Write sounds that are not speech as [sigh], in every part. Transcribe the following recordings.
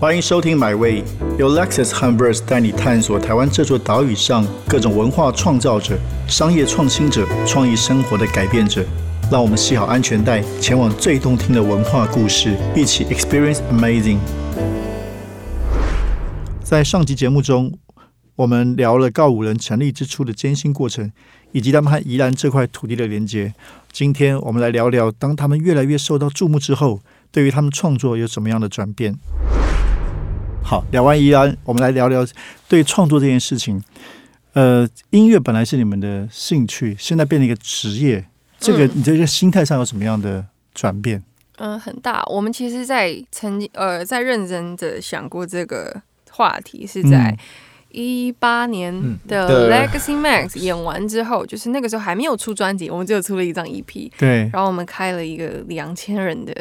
欢迎收听 My Way，由 Lexus 和 Verse 带你探索台湾这座岛屿上各种文化创造者、商业创新者、创意生活的改变者。让我们系好安全带，前往最动听的文化故事，一起 experience amazing。在上集节目中，我们聊了告五人成立之初的艰辛过程，以及他们和宜兰这块土地的连接。今天我们来聊聊，当他们越来越受到注目之后，对于他们创作有什么样的转变。好，聊完宜兰，我们来聊聊对创作这件事情。呃，音乐本来是你们的兴趣，现在变成一个职业，这个、你这个心态上有什么样的转变？嗯，很大。我们其实，在曾经呃，在认真的想过这个话题，是在嗯一八年的的 Legacy Max 演完之后，就是那个时候还没有出专辑，我们只有出了一张 EP，对，然后我们开了一个两千人的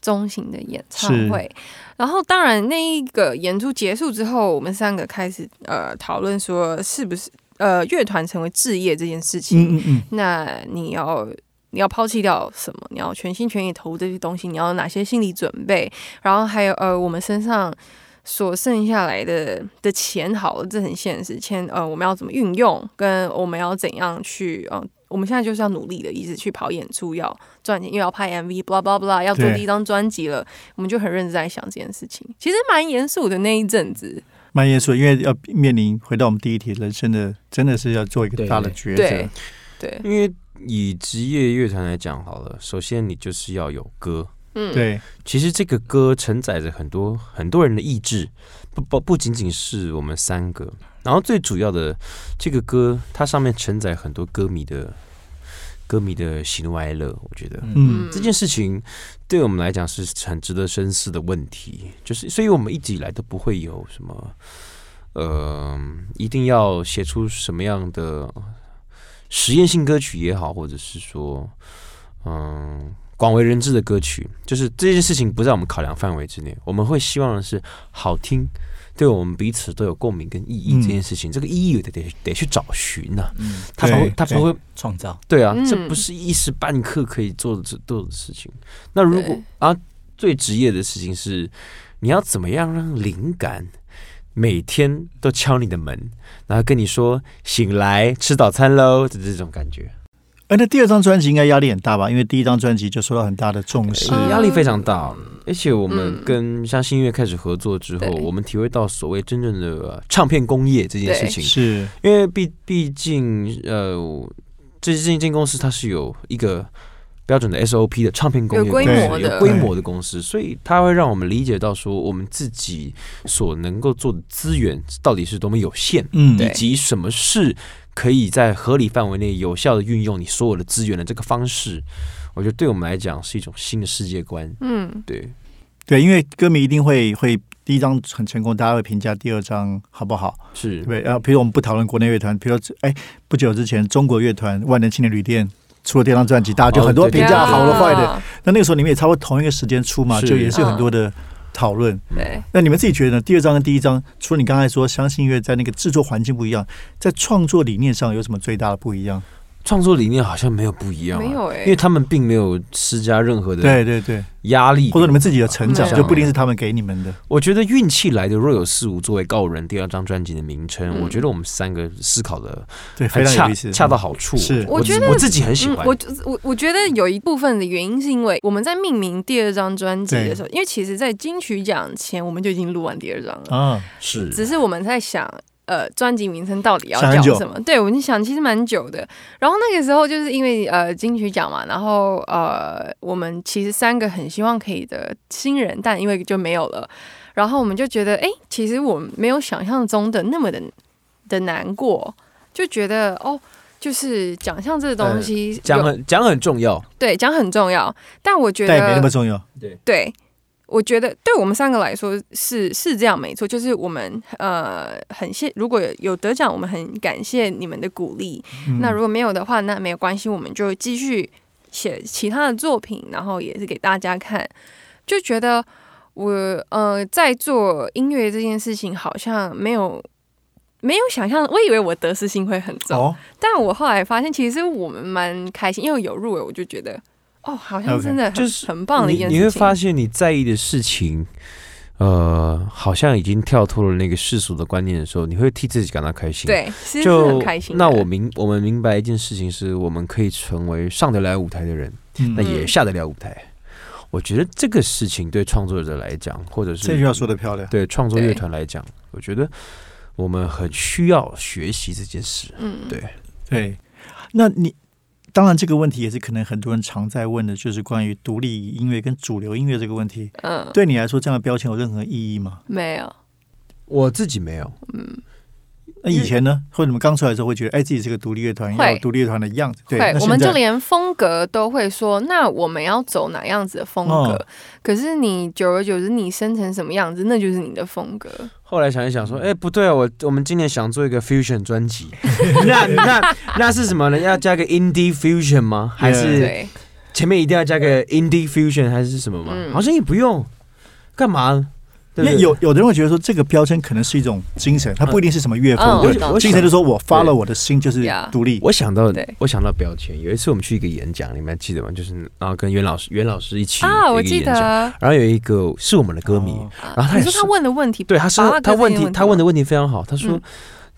中型的演唱是会。然后，当然那一个演出结束之后，我们三个开始呃讨论说，是不是呃乐团成为置业这件事嗯情，嗯嗯，那你要你要抛弃掉什么？你要全心全意投入这些东西，你要有哪些心理准备？然后还有呃，我们身上所剩下来的的钱，好了，这很现实，钱呃，我们要怎么运用？跟我们要怎样去呃，我们现在就是要努力的，一直去跑演出，要赚钱，又要拍 MV，blah blah blah，要做对第一张专辑了，我们就很认真在想这件事情。其实蛮严肃的那一阵子，蛮严肃的，因为要面临回到我们第一题，人生的真的是要做一个对大的抉对择。对， [laughs] 因为以职业乐团来讲好了，首先你就是要有歌。嗯，对，其实这个歌承载着很多很多人的意志，不不不仅仅是我们三个。然后最主要的，这个歌它上面承载很多歌迷的歌迷的喜怒哀乐，我觉得。嗯，这件事情对我们来讲是很值得深思的问题，就是所以我们一直以来都不会有什么，呃，一定要写出什么样的实验性歌曲也好，或者是说，嗯、广为人知的歌曲，就是这件事情不在我们考量范围之内。我们会希望的是好听，对我们彼此都有共鸣跟意义嗯这件事情，这个意义得得得去找寻呐、它才会对它才会创造。对啊，嗯这不是一时半刻可以做的做的事情。那如果对啊，最职业的事情是，你要怎么样让灵感每天都敲你的门，然后跟你说醒来吃早餐喽，这这种感觉，哎，那第二张专辑应该压力很大吧？因为第一张专辑就受到很大的重视。嗯压力非常大。而且我们嗯跟像新音乐开始合作之后，对我们体会到所谓真正的呃唱片工业这件事情，是，因为毕毕竟呃，这这间公司它是有一个标准的 SOP 的唱片工业有规公司模的有规模的公司，所以它会让我们理解到说，我们自己所能够做的资源到底是多么有限，嗯，以对及什么是可以在合理范围内有效的运用你所有的资源的这个方式。我觉得对我们来讲是一种新的世界观，嗯，对，对，因为歌迷一定会会第一张很成功，大家会评价第二张好不好，是对不对？然后，比如我们不讨论国内乐团，比如说哎，不久之前中国乐团万能青年旅店出了第二张专辑，大家就很多哦对评对价对好的对坏的。，那那个时候你们也差不多同一个时间出嘛，是就也是有很多的讨论。对，那你们自己觉得呢？第二张跟第一张，除了你刚才说相信音乐在那个制作环境不一样，在创作理念上有什么最大的不一样？创作理念好像没有不一样、啊，没有哎、因为他们并没有施加任何的对对对，压力，或者你们自己的成长嗯就不一定是他们给你们的。我觉得运气来的若有似无作为告人第二张专辑的名称，嗯我觉得我们三个思考的对，非很常恰有意思，恰到好处。是我我觉自得我自己很喜欢。嗯、我就是我我觉得有一部分的原因是因为我们在命名第二张专辑的时候，因为其实，在金曲奖前我们就已经录完第二张了，啊，是只是我们在想。呃，专辑名称到底要想很叫久什么？对，我就想其实蛮久的。然后那个时候就是因为呃金曲奖嘛，然后呃我们其实三个很希望可以的新人，但因为就没有了，然后我们就觉得，哎、其实我没有想象中的那么的的难过，就觉得哦，就是奖项这东西呃有讲很讲很重要，对，讲很重要，但我觉但也没那么得，重要。对，我觉得对我们三个来说是是这样没错，就是我们呃很谢，如果有有得奖，我们很感谢你们的鼓励。嗯那如果没有的话，那没有关系，我们就继续写其他的作品，然后也是给大家看，就觉得我呃在做音乐这件事情好像没有。没有想象，我以为我得失心会很重，哦，但我后来发现，其实我们蛮开心，因为有入围，我就觉得哦，好像 OK，真的很就是很棒的一你件事你情。会发现你在意的事情，呃，好像已经跳脱了那个世俗的观念的时候，你会替自己感到开心。，对，其实是就很开心的。那我明我们明白一件事情是，我们可以成为上得了舞台的人，嗯那，也嗯下得了舞台。我觉得这个事情对创作者来讲，或者是这句话说的漂亮。对创作对乐团来讲，我觉得我们很需要学习这件事。嗯，对对，那你当然这个问题也是可能很多人常在问的，就是关于独立音乐跟主流音乐这个问题。嗯，对你来说，这样的标签有任何意义吗？没有，我自己没有，那以前呢，或者你们刚出来的时候会觉得，哎，自己是个独立乐团，会要有独立乐团的样子。对，会那，我现们就在连风格都会说，那我们要走哪样子的风格？哦可是你久而久之，你生成什么样子，那就是你的风格。后来想一想说，哎、不对啊，我我们今年想做一个 fusion 专 [laughs] 辑，那那那是什么呢？要加个 indie fusion 吗？还是对，前面一定要加个 indie fusion 还是什么吗？嗯好像也不用，干嘛？对因不为对有有的人会觉得说，这个标签可能是一种精神，它不一定是什么乐风。嗯对我懂精神就是说我发了对我的心，就是 Yeah 独立。我想到对，我想到标签。有一次我们去一个演讲，你们还记得吗？就是然后跟袁老师，袁老师一起啊，一我个记演得讲，啊。然后有一个是我们的歌迷，哦然后他也你说是他问的问题，对，他八说个他问这题个他问的问题非常好，他说、嗯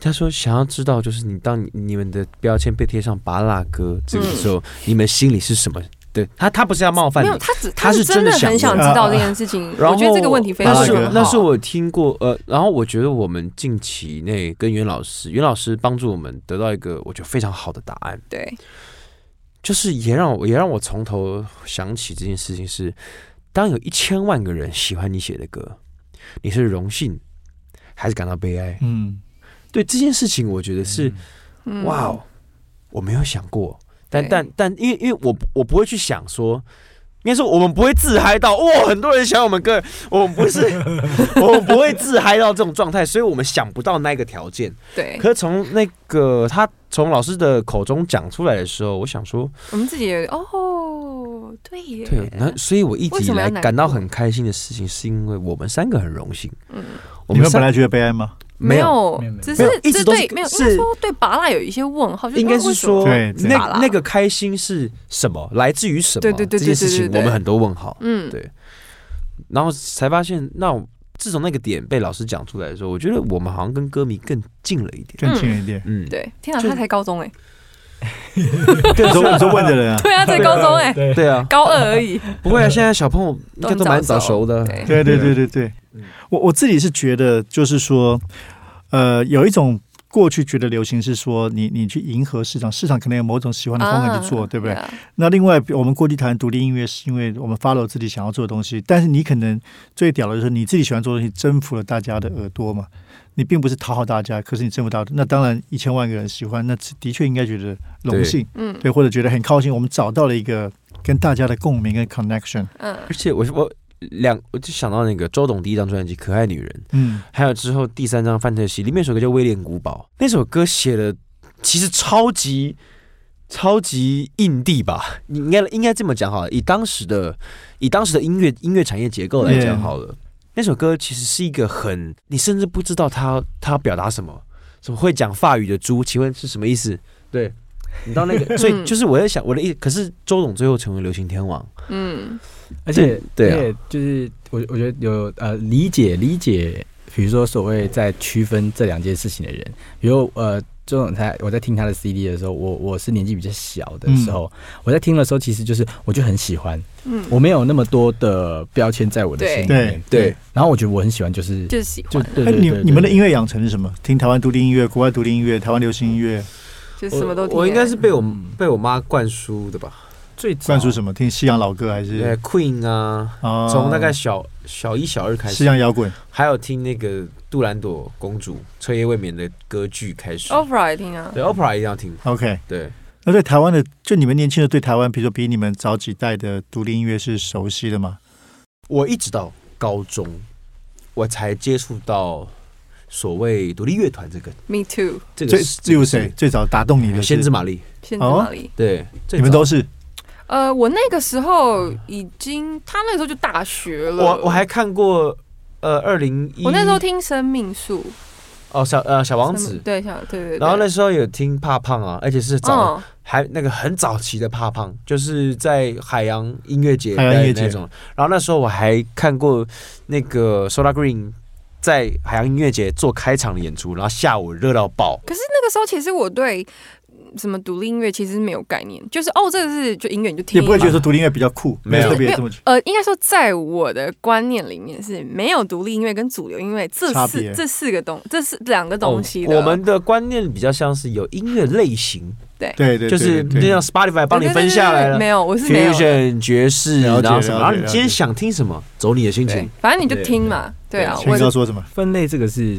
他说想要知道就是你当你你们的标签被贴上巴拉哥这个嗯时候，你们心里是什么？对他他不是要冒犯没你有，，他只他是是真真的的很想想问知道这件事情。 [laughs] 然后我觉得这个问题非常那巴是拉格好。那是我听过呃，然后我觉得我们近期内跟袁老师，袁老师帮助我们得到一个我觉得非常好的答案，对，就是也让我也让我从头想起这件事情是，当有一千万个人喜欢你写的歌，你是荣幸还是感到悲哀？嗯，对这件事情，我觉得是。嗯哇哦，我没有想过，但对但但，因为因为我不我不会去想说，应该说我们不会自嗨到哇，很多人想我们歌，我们不 [laughs] 是，我们不会自嗨到这种状态，所以我们想不到那个条件。对，可是从那个他从老师的口中讲出来的时候，我想说，我们自己也哦，对耶，对，啊那所以我一为直以什么要来难感到过很开心的事情，是因为我们三个很荣幸，嗯，我你们三本来觉得悲哀吗？没没有。有没有没有，只没有是一直都是对没有，应是该说对拔蜡有一些问号，就应该啊是为什为什么么，说对那对那个开心是什么，来自于什么？对对对对这件事情对对对我们很多问号。嗯，对然后才发现，那我自从那个点被老师讲出来的时候，我觉得我们好像跟歌迷更近了一点。更近一点。嗯，对，天啊，就他才高中哎，你说你说问的人啊，对啊，才高中哎，对啊，高二而已，不会啊，现在小朋 [laughs] 友应该都蛮早熟的。对对对对对对，我我自己是觉得，就是说，呃，有一种过去觉得流行是说你，你去迎合市场，市场可能有某种喜欢的风格去做，啊对不对？啊那另外，我们过去谈独立音乐，是因为我们 follow 自己想要做的东西，但是你可能最屌的就是你自己喜欢做的东西，征服了大家的耳朵嘛。你并不是讨好大家，可是你征服到，那当然一千万个人喜欢，那的确应该觉得荣幸，嗯对，或者觉得很高兴，我们找到了一个跟大家的共鸣跟 connection，嗯，而且我我两我就想到那个周董第一张专辑《可爱女人》，嗯，还有之后第三张《范特西》，里面有首歌叫《威廉古堡》，那首歌写的其实超级超级印地吧，你应该应该这么讲好了。以当时的以当时的音乐音乐产业结构来讲 Yeah 好了那首歌其实是一个很你甚至不知道他他表达什么，什么会讲法语的猪，请问是什么意思？嗯对。你到那个，所以就是我在想我的意思，可是周董最后成为流 [laughs] 行天王，嗯， [laughs] 而且对啊而且就是我我觉得有呃理解理解，比如说所谓在区分这两件事情的人，比如呃这种他我在听他的 CD 的时候，我我是年纪比较小的时候，嗯我在听的时候其实就是我就很喜欢，嗯我没有那么多的标签在我的对心里对面，，然后我觉得我很喜欢就是就是喜就欢，对那哎对你对你们的对音乐养成是什么？听台湾独立音乐、国外独立音乐、台湾流行音乐，就我什么都听。我应该是被我被我妈灌输的吧，最灌输早什么？听西洋老歌嗯还对是 Queen 啊，啊从大概小小一、小二开西始，洋摇滚？还有听那个杜兰朵公主彻夜未眠的歌剧开始。 opera 也听啊，对，opera 一定要听。 OK，对，那对台湾的，就你们年轻的对台湾，比如说比你们早几代的独立音乐是熟悉的吗？我一直到高中，我才接触到所谓独立乐团这个 Me too，这最个是。例如谁最早打动你这的个是？是先知玛丽，现在哦哪里？对，最你们早都是呃，我那个时候已经，他那个时候就大学了。我我还看过，呃，二零一，我那时候听生命树，哦，小呃小王子。对小对对对，然后那时候有听怕胖啊，而且是找嗯还那个很早期的怕胖，就是在海洋音乐节海洋音乐的那种。然后那时候我还看过那个 Soda Green 在海洋音乐节做开场的演出，然后下午热到爆。可是那个时候，其实我对嗯什么独立音乐其实没有概念，就是哦，这个是就音乐你就听也音不乐。会觉得说独立音乐比较酷，没有特别这么呃，应该说，在我的观念里面是没有独立音乐跟主流音乐这差别四这四个东这是两个东西的。哦我们的观念比较像是有音乐类型，对对，对就是对就像 Spotify 帮你分下来对对对对对没了有，我是没有的。 ，fusion 爵士，了解然后什么，了解然后你了解今天想听什么，走你的心对情。，反正你就听嘛，对啊，前我知道说什么？分类这个是。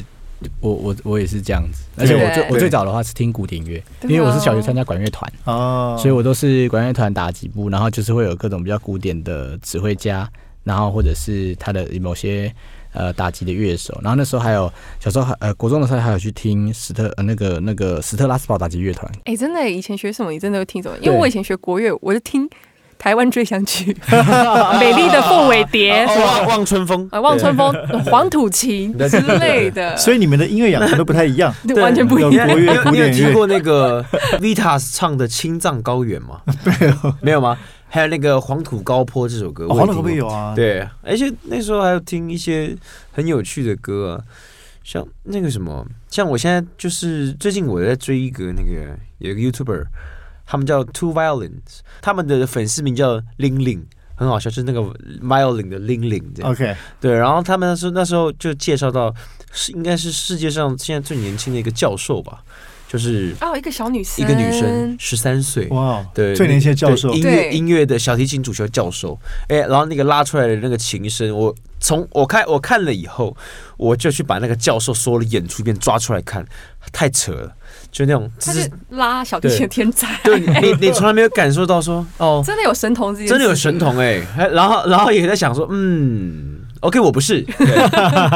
我我我也是这样子，对而且我最对我最早的话是听古典乐，因对为我是啊小学参加管乐团，嗯哦，所以我都是管乐团打几部，然后就是会有各种比较古典的指挥家，然后或者是他的某些呃打击的乐手，然后那时候还有小时候还呃国中的时候还有去听史特呃那个那个史特拉斯堡打击乐 [laughs] 团，哎、真的，以前学什么你真的会听什么？因对为我以前学国乐，我就听台湾追想 [laughs] 曲，美丽的凤尾蝶，哦望望春风，啊，望春风、黄土情对之对对类的，所以你们的音乐养成都不太一样，就 [laughs] 完全不一有样。国你乐、有古你有典听乐，过那个 Vitas 唱的《青藏高原》吗？没有，没有吗？还有那个《黄土高坡》这首歌，哦， [laughs] 我也黄听土过会有啊，对，而且那时候还有听一些很有趣的歌啊，像那个什么，像我现在就是最近我在追一个那个有一个 YouTuber，他们叫 Two Violins，他们的粉丝名叫玲玲，很好笑，就是那个 violin 的玲玲这样。 ，OK，对，然后他们是那时候就介绍到是应该是世界上现在最年轻的一个教授吧，就是哦，一个小女生，一个女生，十三岁。哇哦，对，最年轻的教授对音乐对音乐的小提琴主修教授，哎、然后那个拉出来的那个琴声，我从我看我看了以后，我就去把那个教授所有的演出片抓出来看，太扯了，就那种，就她是是拉小提琴的天才，对你你你从来没有感受到说哦，真的有神童这件事真情的有神。童哎、哎然后然后也在想说，嗯，OK，我不 [laughs] 是，对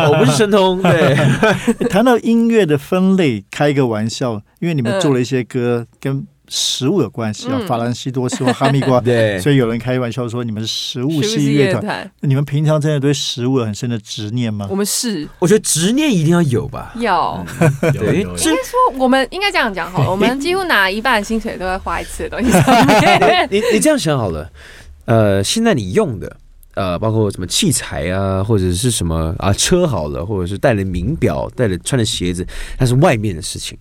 我不是神童，对，，[laughs] 谈到音乐的分类，开一个玩笑，因为你们做了一些歌跟食物有关系啊，嗯法兰西多斯或哈密 [laughs] 瓜对所以有人开玩笑说你们是食物是不系是乐乐团。嗯团？你们平常真的对食物有很深的执念吗我？们是我觉得执念一定要有吧，要有对，因有为有这说，我们应该这样讲好了，我们几乎拿一半的薪水都在花一次的东西上 [laughs] 面。 [laughs] 你你这样想好了，呃，现在你用的。呃，包括什么器材啊，或者是什么啊车好了，或者是戴的名表、戴的穿的鞋子，那是外面的事情。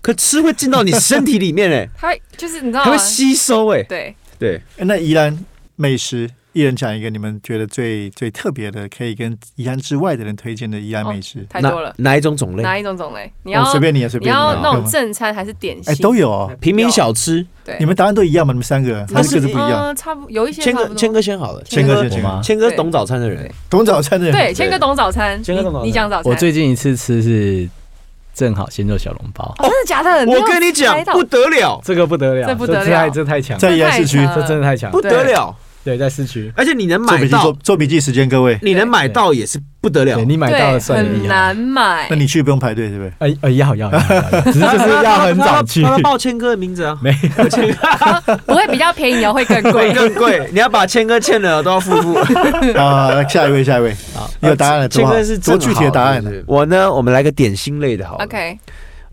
可吃会进到你身体里面哎、 [laughs] 他会就是你知道它吗会？吸收哎、对，对，哎那宜兰美食，一人讲一个你们觉得最最特别的，可以跟宜兰之外的人推荐的宜兰美食。太多了。哪哪一种种类？哪一种种类？哦你你要随便你啊，随你便啊要那对种吗正餐还是点哎心？都有哦。平民小吃，对，你们答案都一样吗？你们三个还它是各自是不一样？嗯，差不多有一些谦差哥不，多谦哥先好了，谦哥先，谦哥我吗，谦哥对懂早餐的人对，懂早餐的人。对，谦哥懂早餐，谦哥懂早餐你你讲早餐，我最近一次吃是正好鲜肉小笼包，哦，真的假的？你有我跟你讲猜到不得了，这个不得了，这不得了太这太强，在了，宜兰市区这太强这真的太强不，得了，对，在市区，而且你能做买笔记做到，做笔记时间，各位，你能买到也是不得了对。你买到了对，算你很厉害难，买那。你去不用排队，对不对？哎哎要要要， [laughs] 要只是就是要很早去 [laughs] 他，要报谦哥的名 [laughs] 字啊，没有谦哥不会比较便宜哦，会 [laughs] 更贵。更贵，你要把谦哥欠了都要付付。啊，那下一位，下一位， [laughs] 有答案了，谦多好哥是多正具好体的答案呢？。啊我呢，我们来个点心类的好了 [laughs] OK，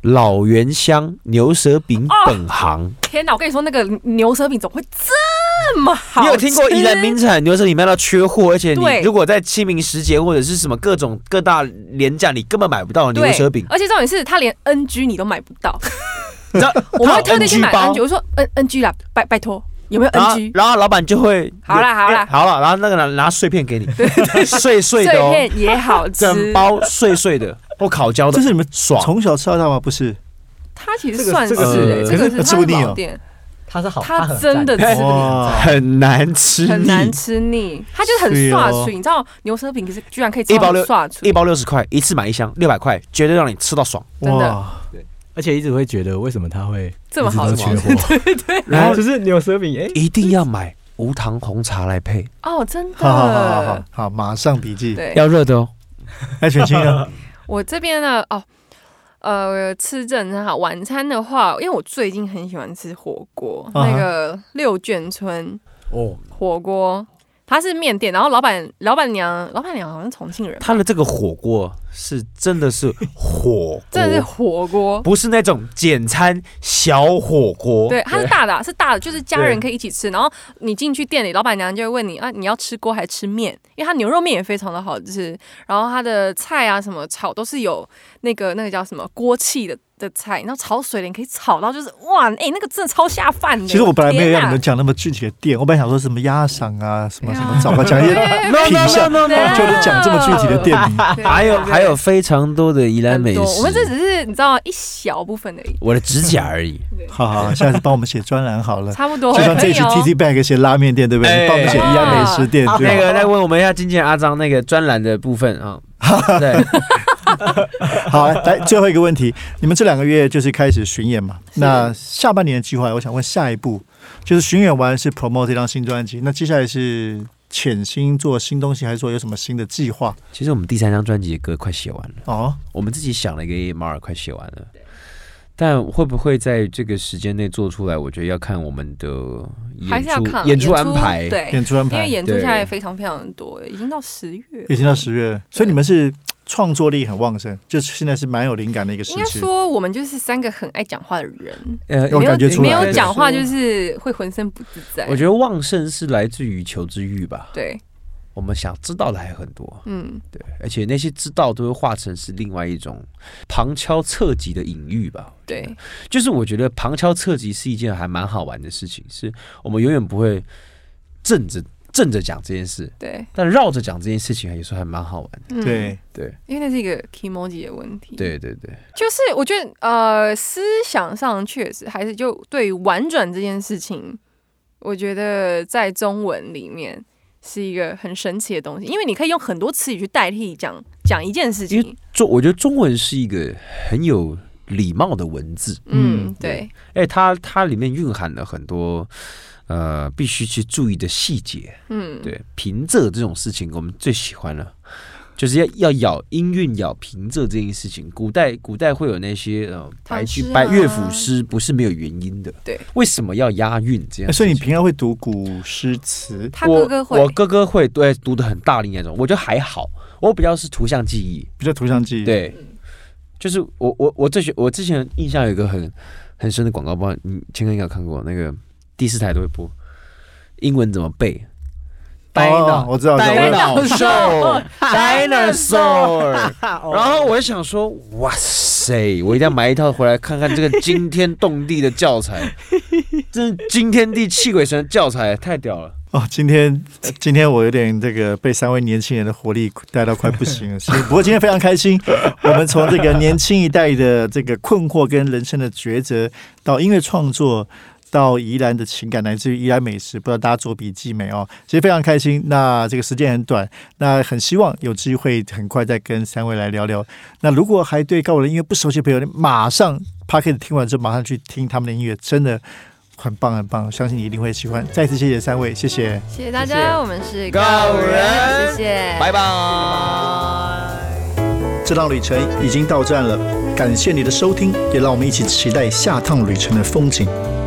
老原香牛舌饼本行，天哪！我跟你说，那个牛舌饼怎么会这么好？你有听过宜兰名？产牛舌饼卖到缺货，而且对你如果在清明时节或者是什么各种各大廉价，你根本买不到牛对 [laughs] 舌饼，。而且重点是，它连 NG 你都买不到。你知道我们会特地去买它有 NG，我说呃 N NG 啦，拜拜托，有没 [laughs] 有然后 NG？然后老板就会哎好啦好啦好了，然后那个拿拿碎 [laughs] 片给你，碎碎碎的哦，片也好整吃，包碎碎的或烤焦的，这是你们爽。从小吃到大吗？不是，它其这实个算是这个是欸这可个是是吃它不是腻哦老店，它是好，它很真的赞吃不腻。哇，很难吃腻，很难吃腻，它就是很是刷哦嘴，你知道牛舌饼可是居然可以吃一包六到刷嘴一，包六十块，一次买一箱，六百块，绝对让你吃到爽。真的哇，而且一直会觉得为什么它会这么好一吃直都 [laughs] 缺货，然后就是牛舌饼，哎，一定要买无糖红茶来配，哦，真好好好好好的。，好，马上笔记。对，热的哦。哎，全新啊，我这边呢，哦，呃，吃正餐好，晚餐的话，因为我最近很喜欢吃火锅，啊哈那个六卷村哦，火锅，它是面店，然后老板老板娘老板娘好像重庆人，它的这个火锅是真的是火锅，哦真的是火锅。不是那种简餐小火哦锅，对，它是大的啊，是 [laughs] 大的，就是家人对可以一起吃。然后你进去店里，老板娘就会问你啊，你要吃锅还是吃面？因为它牛肉面也非常的好吃，然后它的菜啊什么炒都是有那个那个叫什么锅气的的菜，然后炒水莲可以炒到就是哇，哎、那个真的超下饭的。其实我本来没有让你们天讲那么具体的店，我本来想说什么鸭赏啊，什么什对啊么早啊，讲一些 No, 品 no, 相， no, no, 啊 no. 就你讲这么具体的店名。哪对还有对还有非常多的宜兰很美食多，，我们这只是你知道一小部分而已，我的指甲而已。好好，好下次帮我们写专栏好了，差不多。就像这一期可以哦 T T Bag 写拉面店，对不对？你哎帮我们写宜安美食店， [laughs] 哇对那吧？个再问我们一下经纪人阿张那个专栏的部分 [laughs] 啊，对， [laughs] 好，来最后一个问题，你们这两个月就是开始巡演嘛？那下半年的计划，我想问下一步就是巡演完是 promote 这张新专辑，那接下来是潜心做新东西，还是说有什么新的计划？其实我们第三张专辑的歌快写完了，哦，我们自己想了一个 AMR，快写完了。但会不会在这个时间内做出来？我觉得要看我们的还演是要看啊出演出安排。对演，出安哎因为排演出现在对非常非常多，已经到十月了。已经到十月了，所以你们是创作力很旺盛，就是现在是蛮有灵感的一个时应该期。说，我们就是三个很爱讲话的人，呃我没有感觉出来没有对讲话就是会浑身不自在。我觉得旺盛是来自于求知欲吧。对，我们想知道的还很多，嗯，对，而且那些知道都会化成是另外一种旁敲侧击的隐喻吧。对，就是我觉得旁敲侧击是一件还蛮好玩的事情，是我们永远不会正着正着讲这件事，对，但绕着讲这件事情有时候还蛮好玩的。嗯，对，对，因为那是一个 emoji 的问题。，对对对，就是我觉得呃，思想上确实还是就对于婉转这件事情，我觉得在中文里面是一个很神奇的东西，因为你可以用很多词语去代替讲讲一件事因情。中我觉得中文是一个很有礼貌的文字，嗯嗯，对，哎，它它里面蕴含了很多呃必须去注意的细节。嗯，对，平仄这种事情我们最喜欢了，就是要要咬音韵、咬平仄这件事情。古代古代会有那些呃白居唐诗啊白乐府诗，不是没有原因的。对，为什么要押韵这哎样的事所以情？你平常会读古诗词，他哥哥会我，我哥哥会对读的很大力那种，我觉得还好。我比较是图像记忆，比较图像嗯记忆。，对，就是我我我这学我之前印象有一个很很深的广告，不知道你千哥应该有看过，那个第四台都会播，英文怎么背？呆哦脑，，我知道，我知道我知道。 Dinosaur Dinosaur，然 [laughs] 后我就想说，哇塞，我一定要买一套回来看看这个惊天动地的教材，真是惊天地泣鬼神的教材，太屌了！哦，今天今天我有点这个被三位年轻人的活力带到快不行了。是不过今天非常开心，我们从这个年轻一代的这个困惑跟人生的抉择，到音乐创作，到宜兰的情感，乃至于宜兰美食，不知道大家做笔记没哦？其实非常开心。那这个时间很短，那很希望有机会很快再跟三位来聊聊。那如果还对高我的音乐不熟悉的朋友，你马上 p o c k e t 听完之后，马上去听他们的音乐，真的。很棒，很棒，相信你一定会喜欢。再次谢谢三位，谢谢。谢谢大家，我们是告人谢谢，拜拜。这趟旅程已经到站了，感谢你的收听，也让我们一起期待下趟旅程的风景。